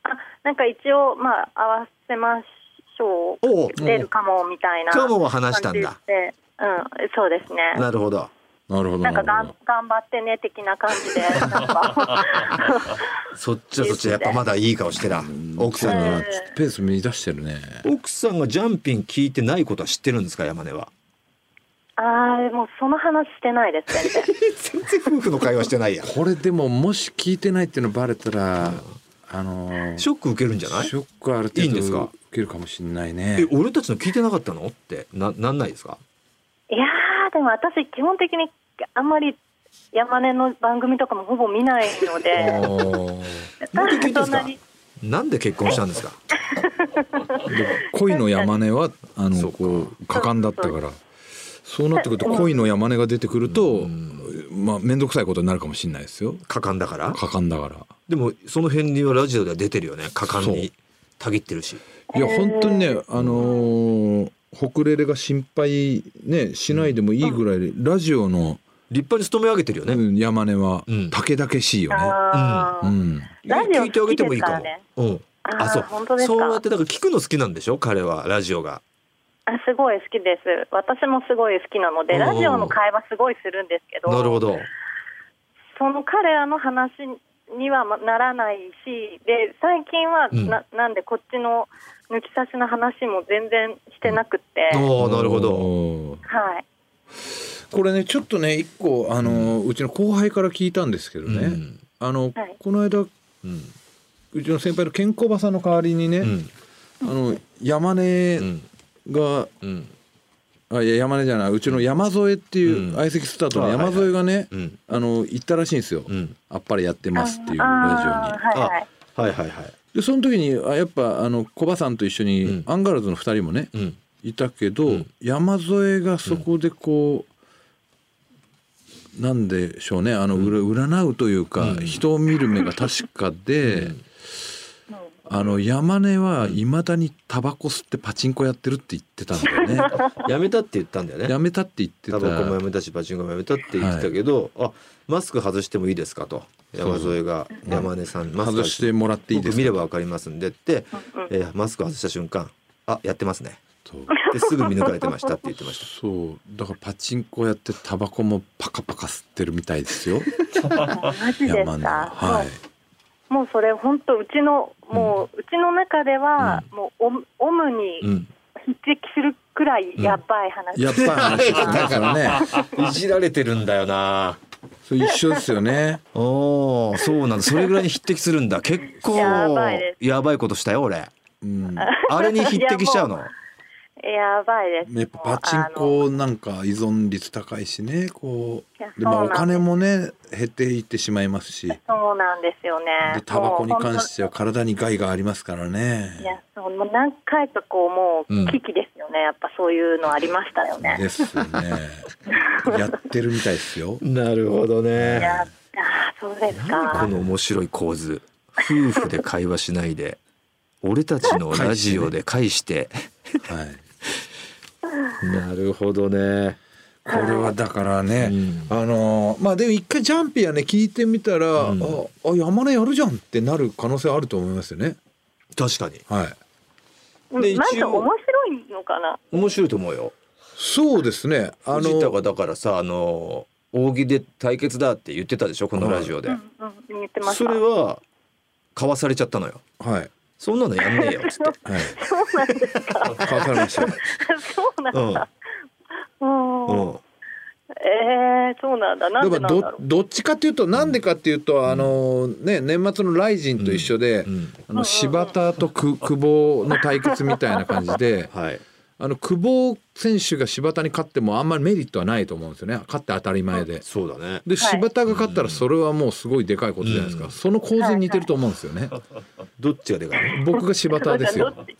あなんか一応まあ合わせましょう
おう
出るかもみたいな
カ
感
モは話した
じ
ん
で
だ。
うんそうですね。
なるほど
なるほど
なんか
な
が
る
ん
ほ
頑張ってね的な感
(laughs)
じでなんか
そっちはそっちでやっぱまだいい顔してた
ど。
奥さん
が
が
うん
ペース乱してるね。
奥さんがジャンピン聞いてないことは知ってるんですか山根は
ああもうその話してないです
(laughs)
全然
全然夫婦の会話してないやん
これでももし聞いてないっていうのバレたら、あの
(laughs)
ー
ショック受けるんじゃない
ショックある程度
いいんですか
受けるかもしれないね。
え俺たちの聞いてなかったのってななんないですか
いやーでも私基本的にあんまり山根の番組とかもほぼ見ない
(laughs)
ので
おー
もう一回聞いていいですか
そんなに
なんで結婚したんですか
恋の山根は
そ
あの
うか
こう果敢だったからそうなってくると恋の山根が出てくるとまあ面倒くさいことになるかもしれないですよ
果敢だから
果敢だか
でもその辺にはラジオでは出てるよね果敢
そう
にたぎってるし
らいや
えー
本当にねあのー北レレが心配ねしないでもいいぐらいでラジオの
立派に勤め上げてるよね、
うん山根は
うん
たけだけしいよね。
あー、
うん
ラジオ
聞いてあげてもいいかも
好きです
うん
あー
そう
本当ですか
そうやってだから聞くの好きなんでしょ彼はラジオが
あすごい好きです私もすごい好きなの
う
で
んうん
ラジオの会話すごいするんですけど
なるほど
その彼らの話にはまならないしで最近は
うん
な,、なんでこっちの抜き差しの話も全然してなくって、
おーなるほど
ど
はい
これねちょっとね一個あのーうちの後輩から聞いたんですけど
う
ね
ん
あの
はい
この間
うん
うちの先輩の健康場さんの代わりにね、
うん
あの山根
うん
が、
うん
あいや山根じゃないうちの山添っていう
うん
相席スタートの
あ
山添がね、
うん
あの行ったらしいんですよ、
うん
あっぱれやってますっていう
あ
ラジオに
ーはいはい
はいはいはい
でその時にあやっぱあの小バさんと一緒に、
うん
アンガールズの2人もね
うん
いたけど、
うん
山添がそこでこう、なんでしょうねあのうら占うというか、
うん
人を見る目が確かで。
うん
あの山根はいまだにタバコ吸ってパチンコやってるって言ってたんだよね。
(laughs) やめたって言ったんだよね
やめたって言ってた。
タバコもやめたしパチンコもやめたって言ってたけど、あマスク外してもいいですかと山添が山根さんマスク
外してもらっていいで
僕
すか
見ればわかりますんでって、えーマスク外した瞬間あやってますねですぐ見抜かれてましたって言ってました
そうだからパチンコやってタバコもパカパカ吸ってるみたいですよ
マジです
山根
か。
はい
もうもうそれ本当うちのもう、うちの中では、もうオオム
う
に
ん
匹敵するくらいやばい話。
やっぱり話ですねだか
(laughs)
らね
(laughs) いじられてるんだよな
それ一緒ですよね
おおそうなんだそれぐらいに匹敵するんだ結構
やばいで
やばいことしたよ俺
うん
あれに匹敵しちゃうの
やばいです。
やっぱパチンコなんか依存率高いしねこ
いや
うで、まあ、
そう
お
なんです
金もね減っていってしまいますしで
あのそうなんですよね。。
タバコに関してては体に害がありますから
い
ね
やそうもう何回かこうも
うん
う危機ですよね、やっぱそういうのありましたよね。
です
(laughs)
よねやってるみたいですよ
なるほど
い
ね
やあーそうです
こ
か。
の面白い構図夫婦で会話しないで俺たちのラジオで返して
はい
なるほどね
これはだからね、
うん
あのーまあでも一回ジャンピーはね聞いてみたら、
うん
ああ山根やるじゃんってなる可能性あると思いますよね
確かに
はい
うん
で
なん
一
か
応
面白いのかな。
面白いと思うよ
そうですねあ
藤田
の
がだからさあの扇で対決だって言ってたでしょこのラジオで、
うんうん言ってまし
そ
た。
れはかわされちゃったのよ (laughs)
はい
そんなのやんねえよっつって
はい
そうなんですか。
変わされました
そうなんだ。うん。
うん
ええそうなんだ。なんで
だ
な
か
ん
ら
だろ
ど
う。
どっちかっていうとなんでかっていうと、あのね年末の「ライジン」と一緒で、
うん
あの柴田とく久保の対決みたいな感じ
(laughs)
で
はい
あの久保選手が柴田に勝ってもあんまりメリットはないと思うんですよね勝って当たり前で。
そうだね
で
はい
柴田が勝ったらそれはもうすごいでかいことじゃないですか、
うん
その構図に似てると思うんですよね、
どっちがでかい
僕が柴田ですよ
どっち
の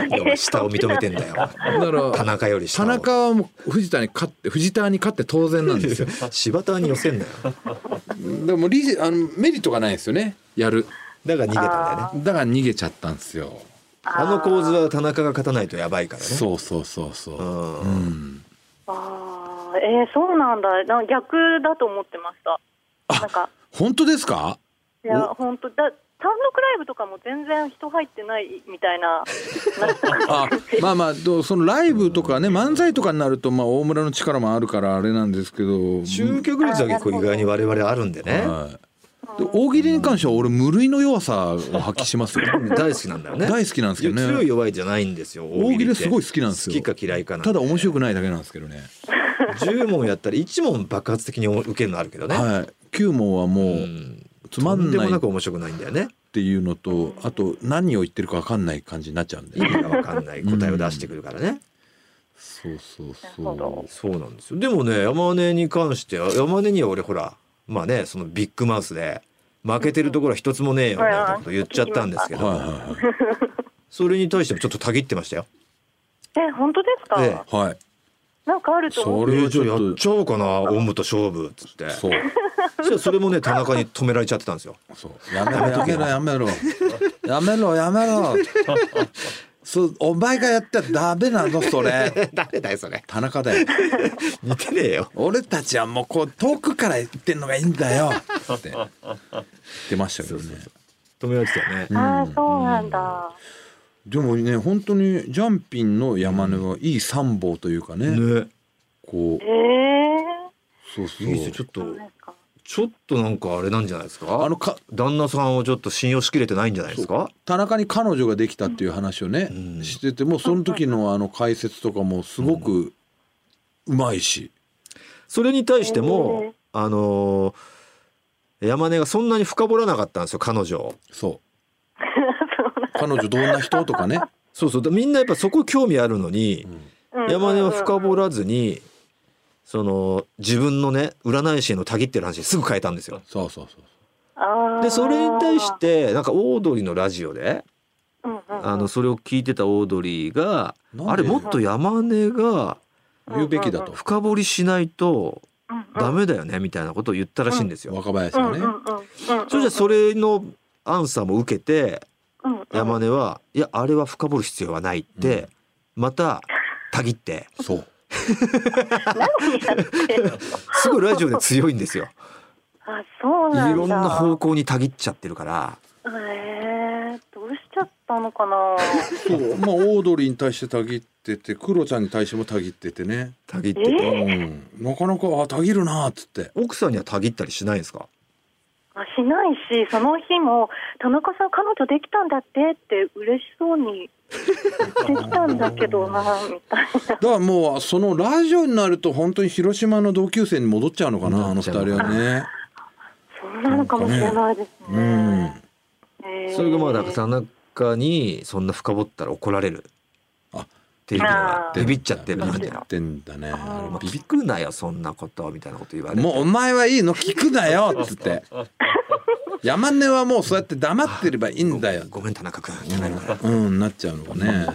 なんでお前下を認めてんだ (laughs) よ
だから
田中より下
田
を
中はもう藤田に勝って藤田に勝って当然なんですよ
柴田に寄せんなよ
でもリジあのメリットがないんですよねやる
だから逃げたんだよね
だから逃げちゃったんですよ
あの構図は田中が勝たないとやばいからね
そうそうそうそ
ん
うう、うん、
ああ、ええそうなんだ。なんか逆だと思ってました。なんか
本当ですか
いや
お
本当だ。単独ライブとかも全然人入ってないみた
(laughs)
いな。
あまあまあどうそのライブとかね漫才とかになるとまあ大村の力もあるからあれなんですけど
集客率は結構意外に我々あるんでね
はい、で大喜利に関しては俺無類の弱さを発揮しますよ
大好きなんだよね
大好きなんですけどね
いや強い弱いじゃないんですよ
大喜利
って
すごい好きなんですよ
好きか嫌いかなんて
ただ面白くないだけなんですけどね、
10問やったら1問爆発的に受けるのあるけどね、
はい9問はも
う
うんつま
と
ん
で
な
も
いっ
なく面白くないんだよね
ていうのとあと何を言ってるか分かんない感じになっちゃうんで
意味が分かんない答えを出してくるからね、
そうそう
なるほど
そ
そうなんですよでもね山根に関しては山根には俺ほらまあねそのビッグマウスで負けてるところは一つもねえよみたいなこと言っちゃったんですけ
う
ど、
はいは
それに対してもちょっとたぎってましたよ
え、本当ですか。
ええ
いはいはい
なんかあると
そ
思。
うれ
えー
は
じゃ
ち
あ
ょ
や
っ
っ
と
ちゃおうかなオウムと勝負っつって
そう
そしたらそれもね田中に止められちゃってたんですよ
そうやめろやめろやめろやめろやめろそうお前がやったらダメなのそれ
(laughs) 誰だよそれ
田中だよ
似てねえよ
俺たちはもうこう遠くから言ってんのがいいんだよって言ってましたけどね
止められてたよね
ああ、そうなんだ。
でもね本当にジャンピンの山根はいい参謀というかね、
ね
こう
ええ
そうそう
いいですよちょっと
そうですか。
ちょっとなんかあれなんじゃないですか
あのか
旦那さんをちょっと信用しきれてないんじゃないですか
田中に彼女ができたっていう話をね、
うん
しててもその時のあの解説とかもすごくうまいし、
それに対しても、
えー
あのー山根がそんなに深掘らなかったんですよ彼女
(laughs)
を
そう彼女どんな人とかね、
そうそうだみんなやっぱそこ興味あるのに、
うん
山根は深
うん
掘らずにその自分のね占い師へのたぎってる話にすぐ変えたんですよ
そうそうそう
あー
でそれに対し。てなんかオードリーのラジオで
うんうんうん
あのそれを聞いてたオードリーが
なんで
あれもっと山根が
言うべきだと、
深掘りしないと
うんうん
ダメだよねみたいなことを言ったらしいんですよ。
若林
う
が
んうん
ね、
うんうん。
それじゃあそれのアンサーも受けて
うんうん
山根は「いやあれは深掘る必要はない」ってまたたぎって
そう
(laughs) 何やってんの
すごいラジオで強いんですよ。
あ (laughs) そうなんだ
いろんな方向にたぎっちゃってるから
えー、どうしちゃったのかな (laughs)
そうまあオードリーに対してたぎっててクロちゃんに対してもたぎっててね、
たぎって
う
て
え
ん、なかなかあたぎるなっつって
奥さんにはたぎったりしないんですか
あしないしその日も「田中さん彼女できたんだって」って嬉しそうに言ってきたんだけどなみたい
だからもうそのラジオになると本当に広島の同級生に戻っちゃうのかなあの
戻っ
二
ちゃう
人はね。
そうなのかもしれないです
う
ね
ん。
えー
それがまあだから田中にそんな深掘ったら怒られる
あ
っていうのが
あー
ビビっちゃってるなみたい
ビビ
な
ってんだね。
「
ー
まあビビくなよそんなこと」みたいなこと言われて
もうお前はいいの聞くなよっつって。山根はもうそうやって黙ってればいいんだよ。
ごめん田中君ってなるから
うんなっちゃうのかね。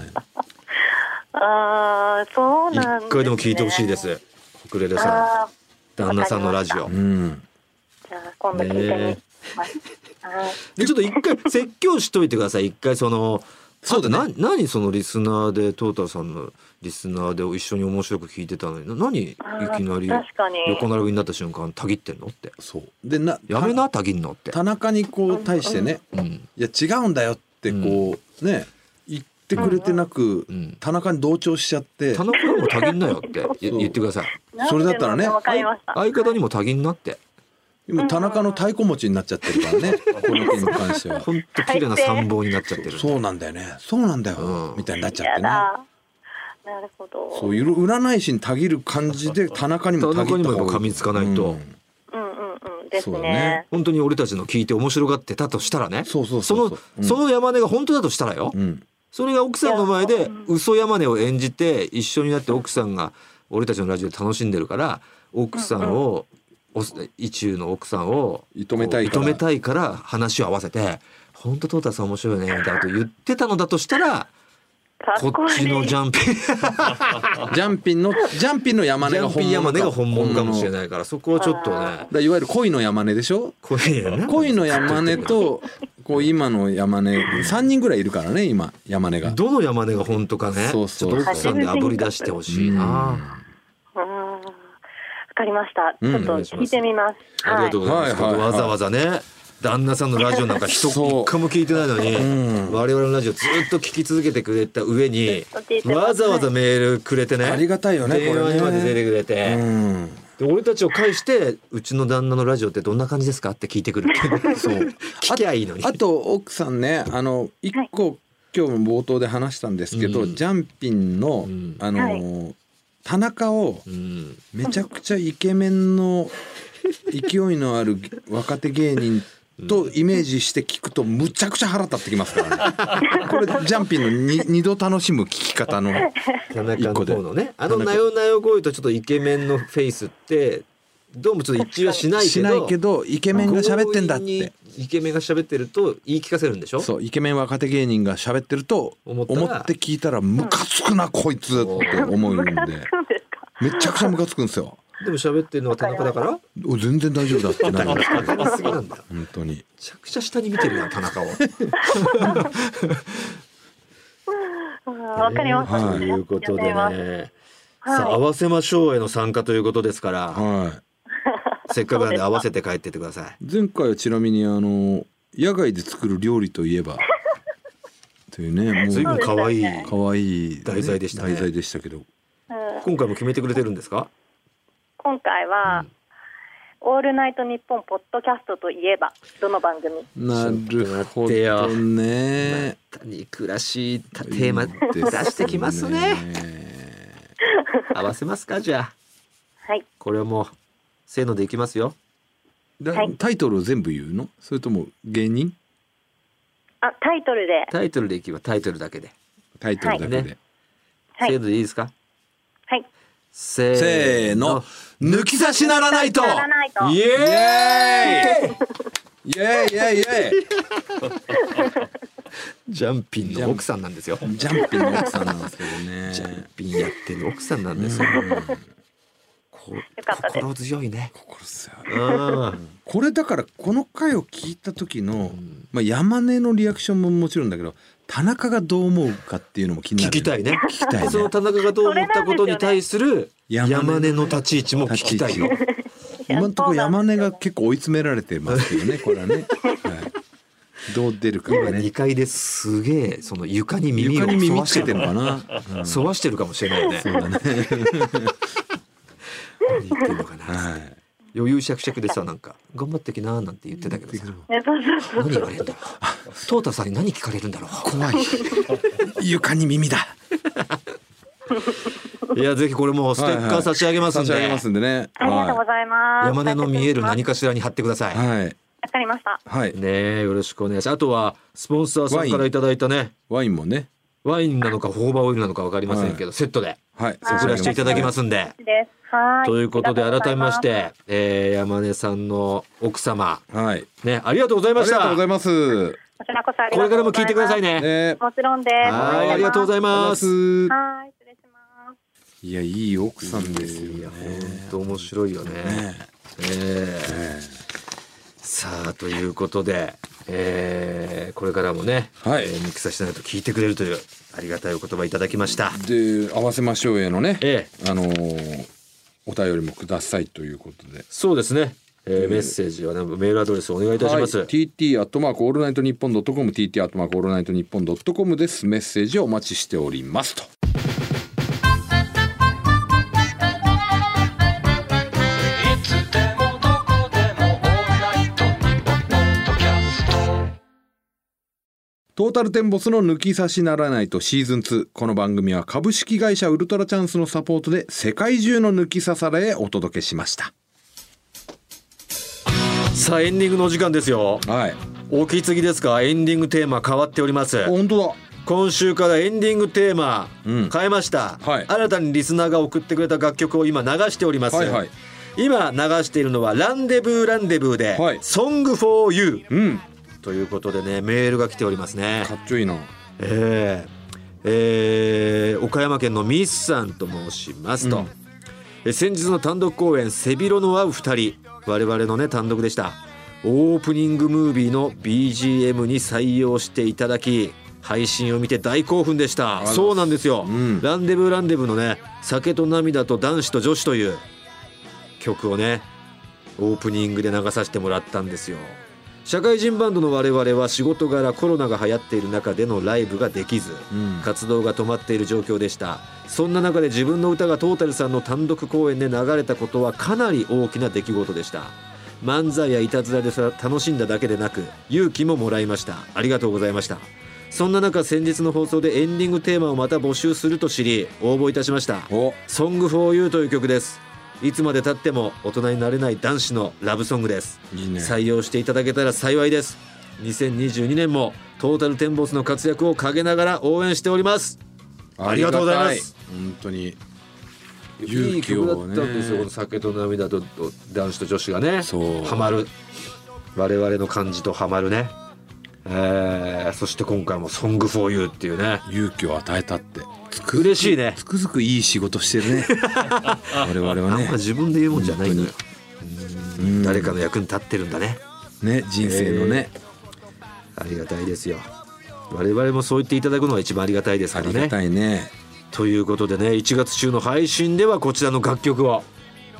あーそう
一
なんです、ね、
回でも聞いてほしいですウクレレさん
あー
旦那さんのラジオ
うん。
じゃあ今度聞いてみます、はい
でちょっと一回説教しといてください一回その
そうだね
あとな何そのリスナーでトータルさんのリスナーで一緒に面白く聞いてたのにな何いき
あー
なり
確かに
横並びになった瞬間たぎってんのって
そう。でな
やめなたぎんのって、
田中にこう対してね、
うん
いや違うんだよってこうね言ってくれてなく
うん、
田中に同調しちゃって
田。中にもたぎんなよって言言ってください
それだったらね
なんでなんだわかりました
相方にもたぎんなって
今田中の太鼓持ちになっちゃってるからねこの件に関して
(laughs)
は
ほんと綺麗な参謀になっちゃってる
そうなんだよねそうなんだよ、
うん
みたいになっちゃっ
や
てね
だなるほど
そういう占い師にたぎる感じで田中にもたぎった
田中にも噛みつかないと
うん
うんうんうんです
そう
ね
ね
本当に俺たちの聞いて面白がってたとしたらね
そうそうそうそう
の、その山根が本当だとしたらよ、
うん
それが奥さんの前
いや
で
うん
嘘山根を演じて一緒になって奥さんが俺たちのラジオで楽しんでるから奥さんを、お意中の奥さんを
射止めたい
こ
から
う射止めたいから話を合わせて「本当トータスさん面白いね」みたいなこと言ってたのだとしたら
か
こ
っこ
っ
いい
ちのジャンピン
ジャンピンのジャンピンの山
ジ
根
ャ
が
ンピ
本
ン山
物
根
か
が本物かもしれ
い
ないからそこはちょっとね
いわゆる恋の山根でしょ
恋やな
恋の山根とこう今の山根3人ぐらいいるからね今山根が
どの山根が本当かね
そうそう
ちょっと奥さんで炙り出してほしいな、
うんわかりました、
うん
ちょっと聞いてみます
ありがとうございます、
はいはいは
わ
い
ざわざね旦那さんのラジオなんか
(laughs)
一
そう
一回も聞いてないのに、
ん
我々のラジオずっと聞き続けてくれた上に
ずっと聞いてます
わざわざメールくれてね
ありがたいよねこれ
電話にまで出て
ね
くれて、
うん
で俺たちを介してうちの旦那のラジオってどんな感じですかって聞いてくる
(laughs)
そう聞きゃいいのに
あと奥さんねあの一個、今日も冒頭で話したんですけど、
うん
ジャンピンの、
うん
あのー田中を
うん
めちゃくちゃイケメンの勢いのある若手芸人とイメージして聞くとむちゃくちゃ腹立ってきますからね。これジャンピンのに二度楽しむ聞き方の
田中の方のねあ
個
の
で
なよなよ声とちょっとイケメンのフェイスってどうもちょっと一致はしないけ
し
ど
ないけどイケメンが喋ってんだっ
強引
て。
にイケメンが喋ってると言い聞かせるんでしょ
そうイケメン若手芸人が喋ってると
思
思
っ
った
ら
て聞いたらムカつくなこいつって思うんで
ムカつくんですか
めちゃくちゃムカつくんですよ。
でも喋ってるのは田中だから
お全然大丈夫だってなるんですけど
高すぎなんだよめ
本当に
ちゃくちゃ下に見てるな田
(laughs)
中を
うんわかりました、
はい
ということで
やってみます
ね
はい
さあ合わせましょうへの参加ということですから
は
せっかくなんで合わせて帰ってってください
い前回はちなみにあの野外で作る料理といえ
(laughs)
ばというねも
随分
う
可愛い
そうですね
可愛いね
題材でしたね
題材でしたけど
うん
今回も決めてくれてるんですか
今回は、オールナイトニッポン」ポッドキャストといえばどの番組
なるほ
ちょっと
ど
待
ね
憎らしいテ合わせますかじゃあ
はい
これはもうせーのでいきますよ
だ
はい
タイトルを全部言うのそれとも芸人
あタイトルで、
タイトルでいけばタイトルだけで
タイトルだけ
は
で、
いね
は
せー
い
のでいいですか
はい
せ
せーの抜き差しならないと
ならないと
イ
イ
エーイ
エーイイエーイイエーイイエーイ
ジャンピンの奥さんなんですよ
ジャンピンの奥さんなんですけどね。
ジャンピンやってる奥さんなんですよ、こ
かったです
心強いね
心強い
うん
これだからこの回を聞いた時の、まあ、山根のリアクションももちろんだけど田中がどう思うかっていうのも気にな
聞
る
きたいね
聞きたいね
その田中がどう思ったことに対する
それなんですよね
山根の立ち位置も聞きたいよ
立今のところ山根が
そうなんですよ
結構追い詰められてますけどねこれは
(laughs)
ね、はい、どう出るか
今
が
2
ね
階ですげえその床に耳
床
を
に
沿
耳
わ
つ
して
けて
る
る
の
の
か
か
な
な、うん
沿わしてるかもしれないね。
そうだね
何言ってんのかな
はい
余裕しゃくしゃくでさなんか「頑張ってきな」なんて言ってたけどさ
ねそうそうそう
何言われるんだろうトータさんに何聞かれるんだろ
怖い床に耳だ
ういやぜひこれもうステッカー差し上げますんで、
差し上げますんでね
ありがとうご
は
ざいます。
山根の見える何
わ
かしらに貼ってください。
いはい
かりました。
はい
ねえよろしくお願いします。あとはスポンサーさんからいただいたね
ワインもね
ワインなのかホーバーオイルなのかわかりませんけど、セットで
はい
はい
送らせていただきますんで。
です。はい。
ということで
ありが
改め
う
ま
ございす
して、えー山根さんの奥様
はい
ねありがとうござい
あ
ま
り
し
がとう
た
ござい。ます
こちらこそあり
こ
が
れか
とう
ら
ご
も聞
ざい
い
ます。
てください
ね。
ね。
ね
もちろんです。
はいありがとうございます。
す
はい、失礼します。
いやいい奥さんですよ
いや
ね
本当面白いよね。
ね
ええ
え
さあということで、えーこれからもね、
はい
えーミキサーしないと聞いてくれるというありがたいお言葉いただきました。
えで合わせましょうへのね、
ええ
あのーお便りもくださいということで
そうですね、えーメッセージは、ね、メールアドレスお願いいたします。
はい、TT アットマークオールナイトニッポンドットコム TT アットマークオールナイトニッポンドットコムですメッセージをお待ちしておりますと
いつでもどこでもオールナイトニッポンポッドキャスト」
トータルテンボスの抜き差しならないとシーズン2この番組は株式会社ウルトラチャンスのサポートで世界中の抜き差されへお届けしました
さあエンディングのお時間ですよ。
はい
お気継ぎですかエンディングテーマ変わっております
あ。本当だ
今週からエンディングテーマ
うん
変えました、
はい
新たにリスナーが送ってくれた楽曲を今流しております、
はいはい
今流しているのは「ランデブーランデブーで」
はい
Song for You
うん」
ということでねメールが来ておりますね
かっちょいいな
えーえー岡山県のミスさんと申しますと、
うん
え先日の単独公演「背広の合う2人」我々のね単独でしたオープニングムービーの BGM に採用していただき配信を見て大興奮でした
ら
そうなんですよ、
うん
ランデブーランデブーのね「酒と涙と男子と女子」という曲をねオープニングで流させてもらったんですよ社会人バンドの我々は仕事柄コロナが流行っている中でのライブができず、
うん
活動が止まっている状況でしたそんな中で自分の歌がトータルさんの単独公演で流れたことはかなり大きな出来事でした漫才やいたずらでさ楽しんだだけでなく勇気ももらいましたありがとうございましたそんな中先日の放送でエンディングテーマをまた募集すると知り応募いたしました
お
「Song for You」という曲ですいつまでたっても大人になれない男子のラブソングです
いいね
採用していただけたら幸いです2022年もトータルテンボスの活躍を陰ながら応援しておりますありがとうございます
ありがたい本当に
い
勇
い
気
曲だ
を
っ
ね
たんですよこの酒と涙とと男子と女子がね
そう
ハマる我々の感じとハマるねえーそして今回も「Song for You」っていうね
勇気を与えたってつくづく
嬉しいね
つくづくいい仕事して
(laughs)
るね我々
あ
は
ん
ね
ま自分で言うもんじゃないのよ
うん
誰かの役に立ってるんだね
ね人生のね、
ありがたいですよ我々もそう言っていただくのが一番ありがたいですか
あ
ら
り
ね
がたいね
ということでね1月中の配信ではこちらの楽曲を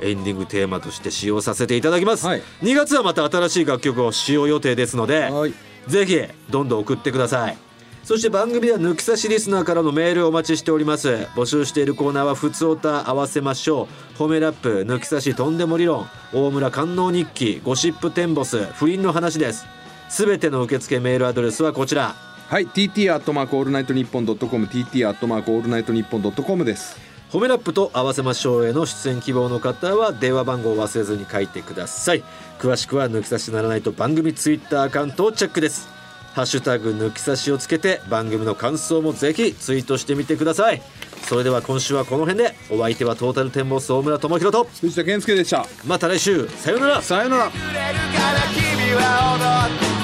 エンディングテーマとして使用させていただきます、
はい
2月はまた新しい楽曲を使用予定ですので
はい
ぜひどんどん送ってくださいそして番組では抜き差しリスナーからのメールをお待ちしております募集しているコーナーは「ふつおた合わせましょう」「褒めラップ」「抜き差しとんでも理論」「大村官能日記」「ゴシップテンボス」「不倫の話」ですすべての受付メールアドレスはこちら
はい TT アットマークオールナイトニッポンドットコム TT アットマークオールナイトニッポンドットコムです
褒めラップと合わせましょうへの出演希望の方は電話番号を忘れずに書いてください詳しくは抜き差しならないと番組ツイッターアカウントをチェックですハッシュタグ抜き差しをつけて番組の感想もぜひツイートしてみてくださいそれでは今週はこの辺でお相手はトータルテンボス大村智広と
藤田健介でした
また来週さようなら
さようなら
「君は踊って」